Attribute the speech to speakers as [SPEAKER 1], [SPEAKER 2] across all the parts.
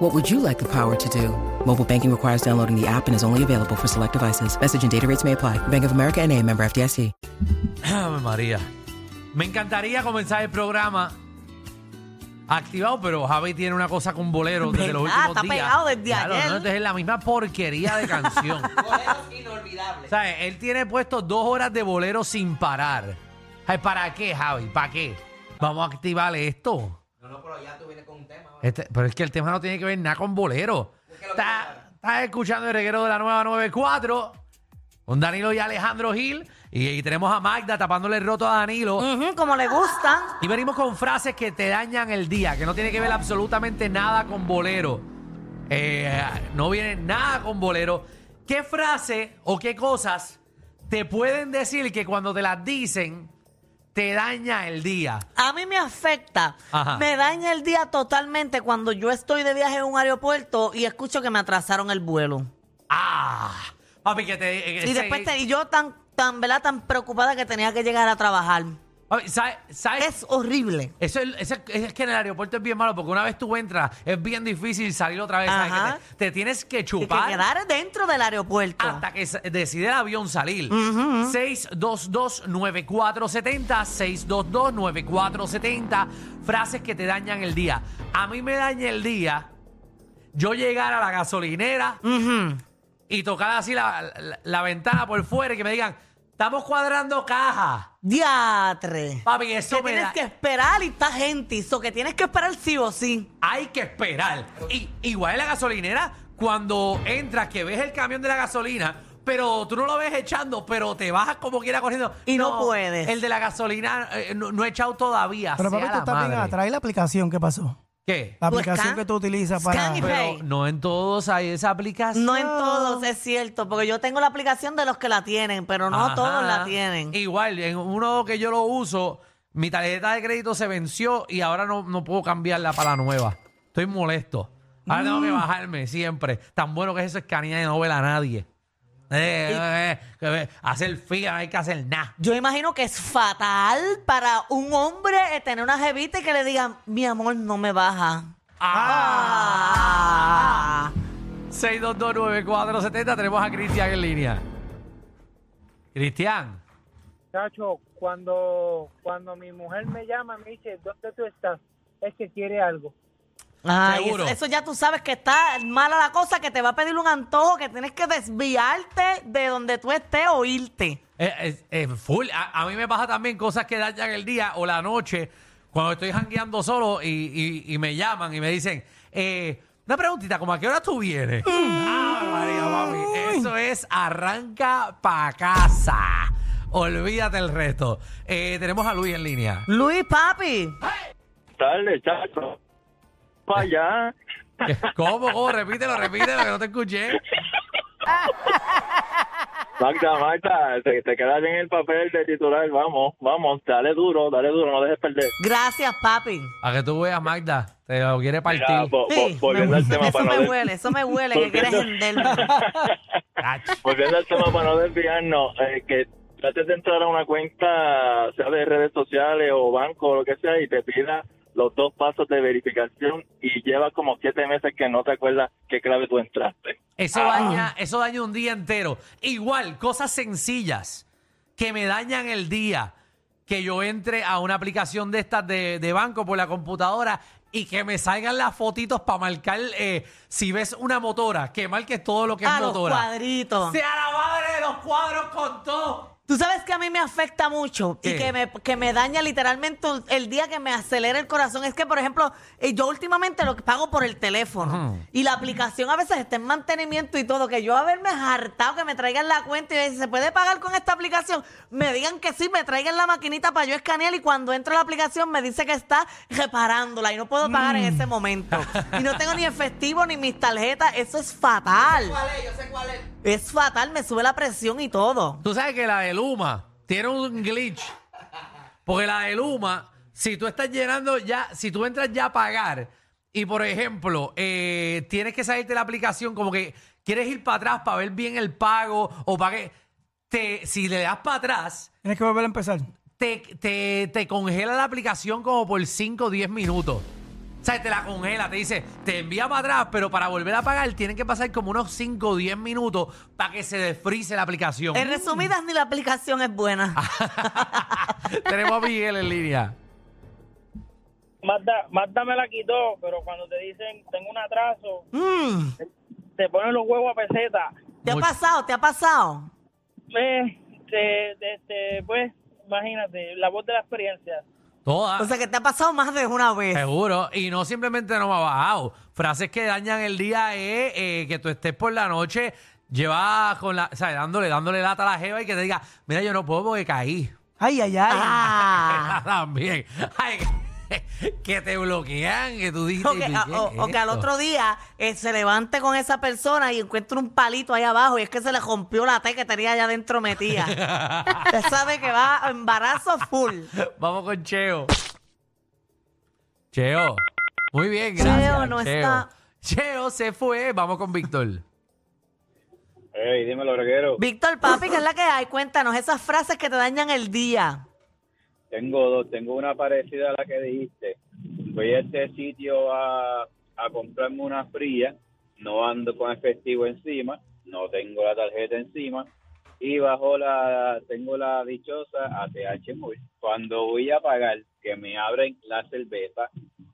[SPEAKER 1] What would you like the power to do? Mobile banking requires downloading the app and is only available for select devices. Message and data rates may apply. Bank of America and a member FDIC.
[SPEAKER 2] Ave María. Me encantaría comenzar el programa activado, pero Javi tiene una cosa con boleros desde los
[SPEAKER 3] ¿Verdad?
[SPEAKER 2] últimos
[SPEAKER 3] Está
[SPEAKER 2] días.
[SPEAKER 3] pegado desde
[SPEAKER 2] Claro,
[SPEAKER 3] ayer.
[SPEAKER 2] no, entonces es la misma porquería de canción.
[SPEAKER 4] Boleros inolvidables.
[SPEAKER 2] ¿Sabes? Él tiene puesto dos horas de boleros sin parar. Ay, ¿Para qué, Javi? ¿Para qué? Vamos a activar esto.
[SPEAKER 4] No, no, pero ya tú vienes con un tema. ¿vale?
[SPEAKER 2] Este- pero es que el tema no tiene que ver nada con bolero.
[SPEAKER 4] Busca lo que
[SPEAKER 2] Está- Estás escuchando el reguero de la nueva 94 con Danilo y Alejandro Gil. Y, y tenemos a Magda tapándole el roto a Danilo.
[SPEAKER 3] Ujú, como le gustan.
[SPEAKER 2] Y venimos con frases que te dañan el día, que no tiene que ver absolutamente nada con bolero. Eh, no viene nada con bolero. ¿Qué frase o qué cosas te pueden decir que cuando te las dicen te daña el día?
[SPEAKER 3] A mí me afecta.
[SPEAKER 2] Ajá.
[SPEAKER 3] Me daña el día totalmente cuando yo estoy de viaje en un aeropuerto y escucho que me atrasaron el vuelo.
[SPEAKER 2] Ah, papi, que te... eh,
[SPEAKER 3] Y
[SPEAKER 2] ese-
[SPEAKER 3] después te- y yo tan, tan, ¿verdad? tan preocupada que tenía que llegar a trabajar.
[SPEAKER 2] Papi, ¿sabes? sabes?
[SPEAKER 3] Es horrible.
[SPEAKER 2] Eso es, eso es- es que en el aeropuerto es bien malo porque una vez tú entras es bien difícil salir otra vez. ¿sabes?
[SPEAKER 3] Ajá.
[SPEAKER 2] Que te, te tienes que
[SPEAKER 3] Y que
[SPEAKER 2] chupar.
[SPEAKER 3] quedar dentro del aeropuerto.
[SPEAKER 2] hasta que se- decide el avión salir. 622-9470, 622-9470, frases que te dañan el día. A mí me daña el día yo llegar a la gasolinera y tocar así la, la- la ventana por fuera y que me digan, estamos cuadrando caja.
[SPEAKER 3] Diatre.
[SPEAKER 2] Papi, eso
[SPEAKER 3] Que
[SPEAKER 2] me
[SPEAKER 3] tienes
[SPEAKER 2] da-
[SPEAKER 3] que esperar y está gente. y so que tienes que esperar sí o sí.
[SPEAKER 2] Hay que esperar. Y, igual en la gasolinera, cuando entras, que ves el camión de la gasolina, pero tú no lo ves echando, pero te bajas como quiera corriendo.
[SPEAKER 3] Y no puedes.
[SPEAKER 2] El de la gasolina eh, no, no he echado todavía.
[SPEAKER 5] Pero
[SPEAKER 2] sea
[SPEAKER 5] papi, tú
[SPEAKER 2] la
[SPEAKER 5] estás bien
[SPEAKER 2] madre. Pues
[SPEAKER 5] atrás. ¿Y la aplicación qué pasó?
[SPEAKER 2] ¿Qué?
[SPEAKER 5] La
[SPEAKER 3] Tú
[SPEAKER 5] aplicación
[SPEAKER 3] scan-
[SPEAKER 5] que tú utilizas para...
[SPEAKER 3] scan y-
[SPEAKER 2] Pero
[SPEAKER 3] Hey.
[SPEAKER 2] no en todos hay esa aplicación.
[SPEAKER 3] No en todos es cierto, porque yo tengo la aplicación de los que la tienen, pero no
[SPEAKER 2] Ajá.
[SPEAKER 3] todos la tienen.
[SPEAKER 2] Igual, en uno que yo lo uso, mi tarjeta de crédito se venció y ahora no, no puedo cambiarla para la nueva. Estoy molesto. Ahora tengo
[SPEAKER 3] Mm.
[SPEAKER 2] que bajarme siempre. Tan bueno que es eso escanea y no vela a nadie. Eh, eh, eh, hacer fila, no hay que hacer nada.
[SPEAKER 3] Yo imagino que es fatal para un hombre eh, tener una jevita y que le digan, mi amor, no me baja.
[SPEAKER 2] Ah.
[SPEAKER 3] Ah.
[SPEAKER 2] 6229470, tenemos a Cristian en línea. Cristian.
[SPEAKER 6] Chacho, cuando, cuando mi mujer me llama, me dice, ¿dónde tú estás? Es que quiere algo.
[SPEAKER 3] Ay,
[SPEAKER 2] Seguro.
[SPEAKER 3] eso, eso ya tú sabes que está mala la cosa, que te va a pedir un antojo, que tienes que desviarte de donde tú estés o irte.
[SPEAKER 2] Eh, eh, eh, full. A, a mí me pasa también cosas que dañan el día o la noche cuando estoy jangueando solo y, y- y me llaman y me dicen, eh, una preguntita, ¿cómo a qué hora tú vienes? Ah, María, papi, Eso es arranca pa' casa. Olvídate el resto. Eh, tenemos a Luis en línea.
[SPEAKER 3] Luis, papi,
[SPEAKER 7] Dale, chacho. Para allá.
[SPEAKER 2] ¿Cómo? ¿Cómo? Repítelo, repítelo, que no te escuché.
[SPEAKER 7] Magda, Magda, te, te quedas en el papel de titular. Vamos, vamos, dale duro, dale duro, no dejes perder.
[SPEAKER 3] gracias, papi.
[SPEAKER 2] A que tú veas, Magda, te lo quiere partir.
[SPEAKER 7] Mira, pues. vo- vo-
[SPEAKER 3] Sí,
[SPEAKER 7] volviendo
[SPEAKER 3] me-
[SPEAKER 7] al tema
[SPEAKER 3] eso
[SPEAKER 7] para no
[SPEAKER 3] me
[SPEAKER 7] des-
[SPEAKER 3] huele, eso me huele, que quieres henderme.
[SPEAKER 2] Ach.
[SPEAKER 7] Volviendo al tema para no desviarnos, eh, que trates de entrar a una cuenta, sea de redes sociales o banco o lo que sea, y te pida los dos pasos de verificación y llevas como siete meses que no te acuerdas qué clave tú entraste.
[SPEAKER 3] Ah.
[SPEAKER 2] Eso daña, eso daña un día entero. Igual, cosas sencillas que me dañan el día. Que yo entre a una aplicación de estas de, de banco por la computadora y que me salgan las fotitos para marcar eh, si ves una motora, que marques todo lo que
[SPEAKER 3] A
[SPEAKER 2] es
[SPEAKER 3] los
[SPEAKER 2] motora.
[SPEAKER 3] cuadritos.
[SPEAKER 2] Sea la madre de los cuadros con todo.
[SPEAKER 3] Tú sabes que a mí me afecta mucho
[SPEAKER 2] ¿Qué?
[SPEAKER 3] y que me, que me daña literalmente un- el día que me acelera el corazón. Es que, por ejemplo, eh, yo últimamente lo que pago por el teléfono
[SPEAKER 2] Ajá.
[SPEAKER 3] y la aplicación a veces está en mantenimiento y todo. Que yo haberme hartado que me traigan la cuenta y me dicen, ¿se puede pagar con esta aplicación? Me digan que sí, me traigan la maquinita para yo escanear y cuando entro a la aplicación me dice que está reparándola y no puedo pagar en ese momento. Y no tengo ni efectivo ni mis tarjetas. Eso es fatal.
[SPEAKER 4] ¿Cuál es? Yo sé cuál es.
[SPEAKER 3] Es fatal, me sube la presión y todo.
[SPEAKER 2] Tú sabes que la de Luma, tiene un glitch. Porque la de Luma, si tú estás llenando ya, si tú entras ya a pagar y, por ejemplo, eh, tienes que salirte de la aplicación, como que quieres ir para atrás para ver bien el pago o para que. Te, si le das para atrás,
[SPEAKER 5] Tienes que volver a empezar.
[SPEAKER 2] te, te- te congela la aplicación como por 5 o 10 minutos. O sea, te la congela, te dice, te envía para atrás, pero para volver a pagar tienen que pasar como unos 5 o 10 minutos para que se desfrice la aplicación.
[SPEAKER 3] En resumidas, ni la aplicación es buena.
[SPEAKER 2] Ah. Tenemos a Miguel en línea.
[SPEAKER 6] Mazda, Mazda me la quitó, pero cuando te dicen tengo un atraso,
[SPEAKER 3] Mm,
[SPEAKER 6] te ponen los huevos a peseta.
[SPEAKER 3] ¿Te ha
[SPEAKER 2] Muy-
[SPEAKER 3] pasado? ¿Te ha pasado?
[SPEAKER 6] Eh, te- te- te- pues, imagínate, la voz de la experiencia.
[SPEAKER 2] Todas.
[SPEAKER 3] O sea, que te ha pasado más de una vez.
[SPEAKER 2] Seguro, y no simplemente no me ha bajado. Frases que dañan el día es eh, que tú estés por la noche, llevas con la, o sea, dándole, dándole lata a la jeva y que te diga, mira, yo no puedo porque caí.
[SPEAKER 5] Ay, ay, ay.
[SPEAKER 3] Ah.
[SPEAKER 2] También. Ay, que te bloquean, que tú dijiste.
[SPEAKER 3] O que,
[SPEAKER 2] ¿y tú qué
[SPEAKER 3] ah, o-
[SPEAKER 2] es
[SPEAKER 3] o que al
[SPEAKER 2] esto?
[SPEAKER 3] otro día eh, se levante con esa persona y encuentre un palito ahí abajo y es que se le rompió la T que tenía allá adentro metida. Usted sabe que va a embarazo full.
[SPEAKER 2] Vamos con Cheo. Cheo. Muy bien, gracias.
[SPEAKER 3] Cheo no está.
[SPEAKER 2] Cheo se fue. Vamos con Víctor.
[SPEAKER 7] Ey, dímelo, reguero.
[SPEAKER 3] Víctor, papi, que es la que hay, cuéntanos esas frases que te dañan el día.
[SPEAKER 7] Tengo dos, tengo una parecida a la que dijiste. Voy a este sitio a, a comprarme una fría, no ando con efectivo encima, no tengo la tarjeta encima y bajo la, tengo la dichosa ATH móvil. Cuando voy a pagar, que me abren la cerveza,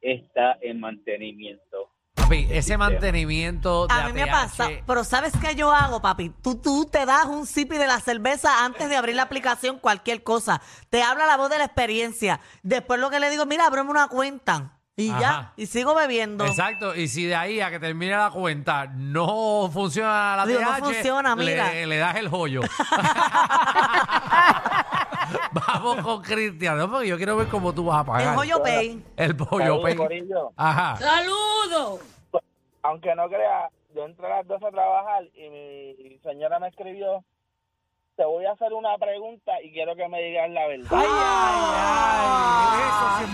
[SPEAKER 7] está en mantenimiento.
[SPEAKER 2] Papi, ese mantenimiento de
[SPEAKER 3] A mí me
[SPEAKER 2] ATH,
[SPEAKER 3] pasa, pero ¿sabes qué yo hago, papi? Tú, tú te das un sipi de la cerveza antes de abrir la aplicación, cualquier cosa. Te habla la voz de la experiencia. Después lo que le digo, mira, ábreme una cuenta. Y
[SPEAKER 2] Ajá.
[SPEAKER 3] ya, y sigo bebiendo.
[SPEAKER 2] Exacto, y si de ahí a que termine la cuenta no funciona la
[SPEAKER 3] Digo, no
[SPEAKER 2] TH,
[SPEAKER 3] funciona,
[SPEAKER 2] le-
[SPEAKER 3] mira.
[SPEAKER 2] Le, das el joyo. Vamos con Cristian, ¿no? porque yo quiero ver cómo tú vas a pagar.
[SPEAKER 3] El Joyo Pay.
[SPEAKER 2] El pollo
[SPEAKER 6] Saludos,
[SPEAKER 2] pay.
[SPEAKER 6] Corillo.
[SPEAKER 2] Ajá.
[SPEAKER 6] Aunque no crea, yo entré a las dos a trabajar y mi señora me escribió, te voy a hacer una pregunta y quiero que me digas la verdad.
[SPEAKER 5] Ay,
[SPEAKER 2] Ah.
[SPEAKER 5] ay, ay. Eso sí es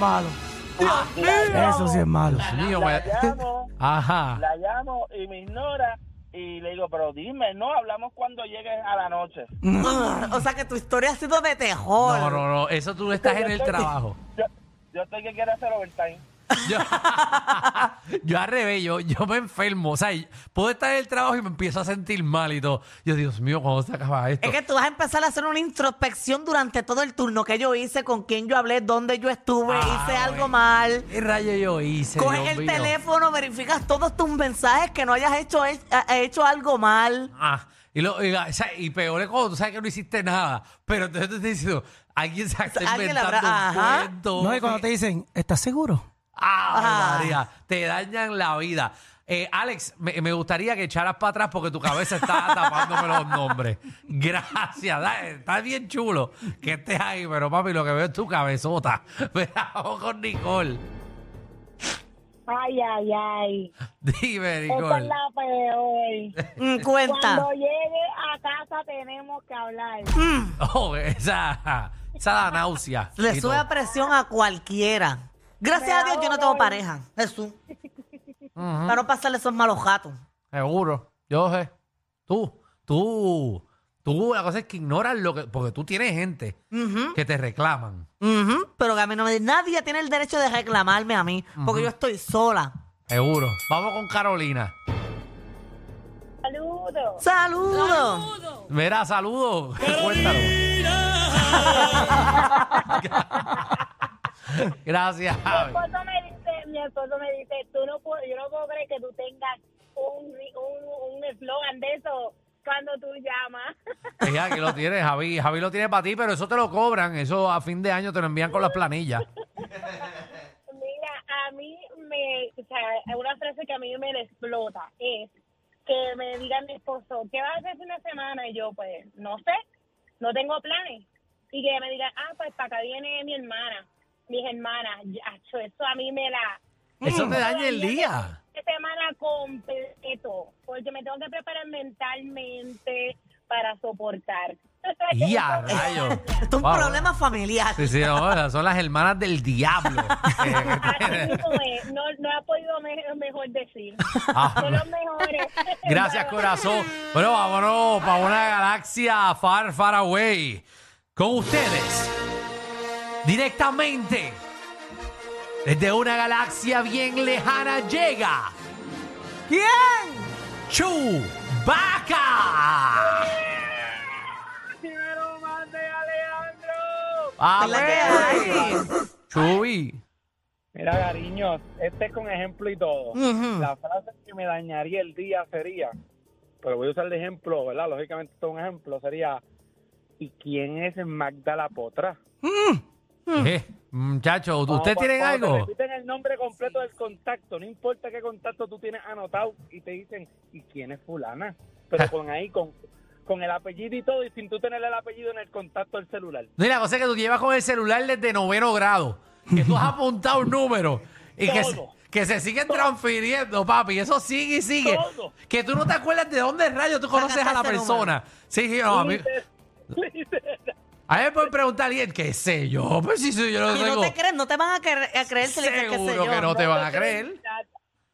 [SPEAKER 5] malo. Eso sí es malo.
[SPEAKER 2] Mío,
[SPEAKER 6] La
[SPEAKER 2] me-
[SPEAKER 6] llamo,
[SPEAKER 2] Ajá.
[SPEAKER 6] la llamo y me ignora y le digo, pero dime, no, hablamos cuando llegues a la noche.
[SPEAKER 3] o sea que tu historia ha sido de terror.
[SPEAKER 2] No, no, no, eso tú estás en el trabajo.
[SPEAKER 6] Yo, yo estoy que quiero hacer overtime.
[SPEAKER 2] Yo, yo al revés, yo, yo me enfermo. O sea, y- puedo estar en el trabajo y me empiezo a sentir mal y todo. Yo, Dios mío, ¿cuándo se acaba esto?
[SPEAKER 3] Es que tú vas a empezar a hacer una introspección durante todo el turno que yo hice, con quién yo hablé, dónde yo estuve,
[SPEAKER 2] Ah,
[SPEAKER 3] hice algo
[SPEAKER 2] bueno.
[SPEAKER 3] mal.
[SPEAKER 2] ¿Qué rayo yo hice?
[SPEAKER 3] Coges
[SPEAKER 2] Dios
[SPEAKER 3] el
[SPEAKER 2] mío?
[SPEAKER 3] teléfono, verificas todos tus mensajes que no hayas hecho, he- he- hecho algo mal.
[SPEAKER 2] Ah, y, lo, y, la- o sea, y peor es cuando tú sabes que no hiciste nada. Pero entonces tú estás diciendo, alguien se está
[SPEAKER 3] Alguien le
[SPEAKER 2] inventando
[SPEAKER 3] habrá-
[SPEAKER 2] un
[SPEAKER 3] ajá.
[SPEAKER 2] cuento.
[SPEAKER 5] No, y cuando te dicen, ¿estás seguro?
[SPEAKER 2] Ah,
[SPEAKER 3] Ajá.
[SPEAKER 2] María, te dañan la vida. Eh, Alex, me, me gustaría que echaras para atrás porque tu cabeza está tapándome los nombres. Gracias, da- está bien chulo que estés ahí, pero papi, lo que veo es tu cabezota. Veamos con Nicole.
[SPEAKER 8] Ay, ay, ay.
[SPEAKER 2] Dime,
[SPEAKER 8] Esa es
[SPEAKER 2] Nicole.
[SPEAKER 8] la peor.
[SPEAKER 3] Mm, Cuenta.
[SPEAKER 8] Cuando llegue a casa tenemos que hablar.
[SPEAKER 2] Oh, esa, esa da náusea.
[SPEAKER 3] Le
[SPEAKER 2] Y
[SPEAKER 3] sube
[SPEAKER 2] todo.
[SPEAKER 3] a presión a cualquiera. Gracias a Dios yo no tengo pareja. Jesús. Para no pasarle esos malos gatos.
[SPEAKER 2] Seguro. Yo sé. Tú, tú, tú, la cosa es que ignoras lo que. Porque tú tienes gente que te reclaman.
[SPEAKER 3] Ujú, Pero que a mí no me nadie tiene el derecho de reclamarme a mí, porque yo estoy sola.
[SPEAKER 2] Seguro. Vamos con Carolina.
[SPEAKER 8] Saludos.
[SPEAKER 3] Saludos.
[SPEAKER 2] Mira, saludos. Cuéntalo. Gracias,
[SPEAKER 8] Mi
[SPEAKER 2] Javi.
[SPEAKER 8] esposo me dice, mi esposo me dice, tú no puedo, yo no puedo creer que tú tengas un un un eslogan de eso cuando tú llamas.
[SPEAKER 2] Mira, aquí lo tienes, Javi. Javi lo tiene para ti, pero eso te lo cobran. Eso a fin de año te lo envían con las planillas.
[SPEAKER 8] Mira, a mí me, o sea, una frase que a mí me la explota es que me diga mi esposo, ¿qué vas a hacer una semana? Y yo, pues, no sé, no tengo planes. Y que me diga, ah, pues para acá viene mi hermana, mis hermanas. Yacho, eso a mí me la...
[SPEAKER 2] Eso te
[SPEAKER 8] me
[SPEAKER 2] daña el día.
[SPEAKER 8] Esta semana completo, porque me tengo que preparar mentalmente para soportar
[SPEAKER 2] Y a rayos.
[SPEAKER 3] Esto es un
[SPEAKER 2] Wow.
[SPEAKER 3] problema familiar.
[SPEAKER 2] Sí, sí, no, esas son las hermanas del diablo.
[SPEAKER 8] Así mismo es. No, no ha podido me- mejor decir.
[SPEAKER 2] Ah,
[SPEAKER 8] Son los mejores.
[SPEAKER 2] Gracias, corazón. Bueno, vámonos para una galaxia far, far away. Con ustedes. Directamente. Desde una galaxia bien lejana llega.
[SPEAKER 3] ¿Quién?
[SPEAKER 2] Chewbacca.
[SPEAKER 6] ¡Quiero más de Alejandro!
[SPEAKER 2] A
[SPEAKER 3] Es la que hay.
[SPEAKER 2] Chuy.
[SPEAKER 6] Mira, cariños, este es con ejemplo y todo.
[SPEAKER 2] Mm.
[SPEAKER 3] Ujú.
[SPEAKER 6] La frase que me dañaría el día sería, pero voy a usar el ejemplo, ¿verdad? Lógicamente, esto es un ejemplo, sería, ¿y quién es Magda la Potra?
[SPEAKER 2] Eh, muchachos, ¿ustedes
[SPEAKER 6] Cuando-
[SPEAKER 2] tienen
[SPEAKER 6] cuando te
[SPEAKER 2] algo?
[SPEAKER 6] repiten el nombre completo del contacto, no importa qué contacto tú tienes anotado, y te dicen, ¿y quién es fulana? Pero con ahí, con, con el apellido y todo, y sin tú tener el apellido en el contacto del celular.
[SPEAKER 2] No, y la cosa es que tú llevas con el celular desde noveno grado. Que tú has apuntado un número. Y que, se-
[SPEAKER 6] Todo.
[SPEAKER 2] que se siguen transfiriendo, papi. Eso sigue y sigue.
[SPEAKER 6] Todo.
[SPEAKER 2] Que tú no te acuerdas de dónde rayos tú conoces a la
[SPEAKER 3] Sacaste el
[SPEAKER 2] persona. Sí, sí, no, a mí.
[SPEAKER 6] Literal.
[SPEAKER 2] A mí me pueden preguntar, ¿y el qué sé yo? Pues sí, sí, yo no
[SPEAKER 3] Si no
[SPEAKER 2] tengo.
[SPEAKER 3] te crees, no te van a creer, a creer si le dices que sé
[SPEAKER 2] Seguro
[SPEAKER 3] yo.
[SPEAKER 2] que no te van a
[SPEAKER 6] creen
[SPEAKER 2] creer.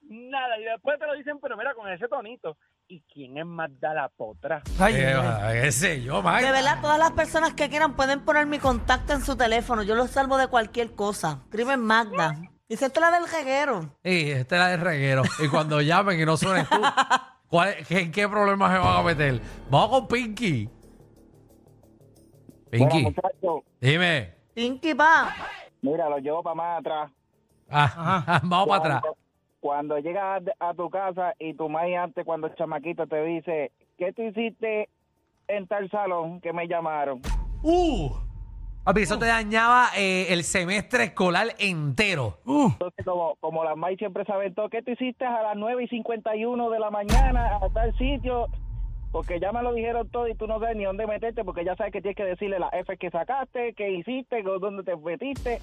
[SPEAKER 6] Nada, nada. y después te lo dicen, pero mira, con ese tonito. ¿Y quién es Magda la potra?
[SPEAKER 5] Ay,
[SPEAKER 2] Eh,
[SPEAKER 5] ay, ay.
[SPEAKER 2] ah, ¿Qué sé yo, Mike?
[SPEAKER 3] De verdad, todas las personas que quieran pueden poner mi contacto en su teléfono. Yo lo salvo de cualquier cosa. Crimen Magda. Dice, esta es la del reguero.
[SPEAKER 2] Y esta es la de reguero. Y cuando llamen y no suenes tú, ¿cuál- ¿en qué problema se van a meter? Vamos con Pinky. Pinky, dime.
[SPEAKER 3] Pinky pa.
[SPEAKER 6] mira, lo llevo para más atrás.
[SPEAKER 2] Ah, vamos para atrás.
[SPEAKER 6] Cuando llegas a tu casa y tu madre antes, cuando el chamaquito te dice, ¿qué tú hiciste en tal salón que me llamaron?
[SPEAKER 2] Uh. Papi, eso te dañaba eh, el semestre escolar entero.
[SPEAKER 5] Uh,
[SPEAKER 6] Entonces, como, como la May siempre se aventó, ¿qué tú hiciste a las 9 y 51 de la mañana a tal sitio? Porque ya me lo dijeron todo y tú no sabes ni dónde meterte porque ya sabes que tienes que decirle la F que sacaste, que hiciste, con dónde te metiste.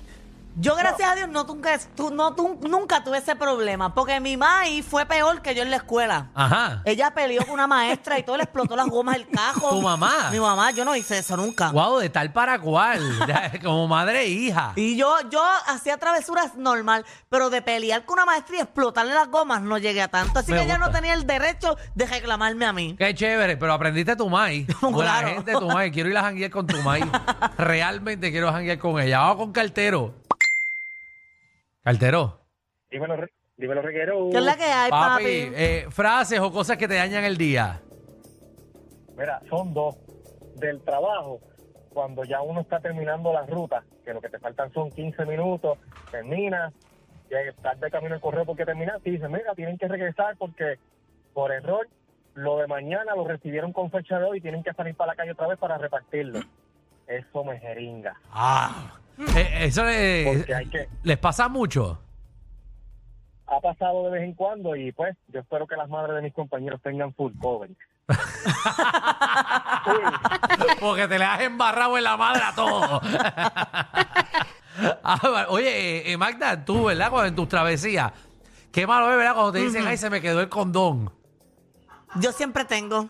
[SPEAKER 3] Yo, gracias a Dios, no, nunca, tu- no, tu- nunca tuve ese problema. Porque mi maíz fue peor que yo en la escuela.
[SPEAKER 2] Ajá.
[SPEAKER 3] Ella peleó con una maestra y todo, le explotó las gomas del cajo.
[SPEAKER 2] ¿Tu mamá?
[SPEAKER 3] Mi mamá, yo no hice eso nunca.
[SPEAKER 2] Guau, de tal para cual. Ya, Como madre e hija.
[SPEAKER 3] Y yo, yo hacía travesuras normal, pero de pelear con una maestra y explotarle las gomas no llegué a tanto. Así
[SPEAKER 2] Me
[SPEAKER 3] que ella no
[SPEAKER 2] gusta.
[SPEAKER 3] tenía el derecho de reclamarme a mí.
[SPEAKER 2] Qué chévere, pero aprendiste tu mai. Con
[SPEAKER 3] Claro.
[SPEAKER 2] la gente de tu mai. Quiero ir a janguear con tu mai. Realmente quiero janguear con ella. Vamos con Cartero. Cartero.
[SPEAKER 6] Dímelo, dímelo reguero.
[SPEAKER 3] ¿Qué es la que hay,
[SPEAKER 2] Papi,
[SPEAKER 3] papi?
[SPEAKER 2] eh, frases o cosas que te dañan el día.
[SPEAKER 6] Mira, son dos. Del trabajo, cuando ya uno está terminando la ruta, que lo que te faltan son 15 minutos, terminas, y estás de camino al correo porque terminaste, y dices, mira, tienen que regresar porque por error lo de mañana lo recibieron con fecha de hoy y tienen que salir para la calle otra vez para repartirlo. Eso me jeringa.
[SPEAKER 2] Ah. Eh, eso le-
[SPEAKER 6] Porque hay que-
[SPEAKER 2] les pasa mucho.
[SPEAKER 6] Ha pasado de vez en cuando y pues yo espero que las madres de mis compañeros tengan full cover.
[SPEAKER 2] Porque te le has embarrado en la madre a todo. Ah, va- Oye, eh, eh, Magda, tú, ¿verdad? Cuando en tus travesías, qué malo es, ¿verdad? Cuando te dicen, ay, se me quedó el condón.
[SPEAKER 3] Yo siempre tengo.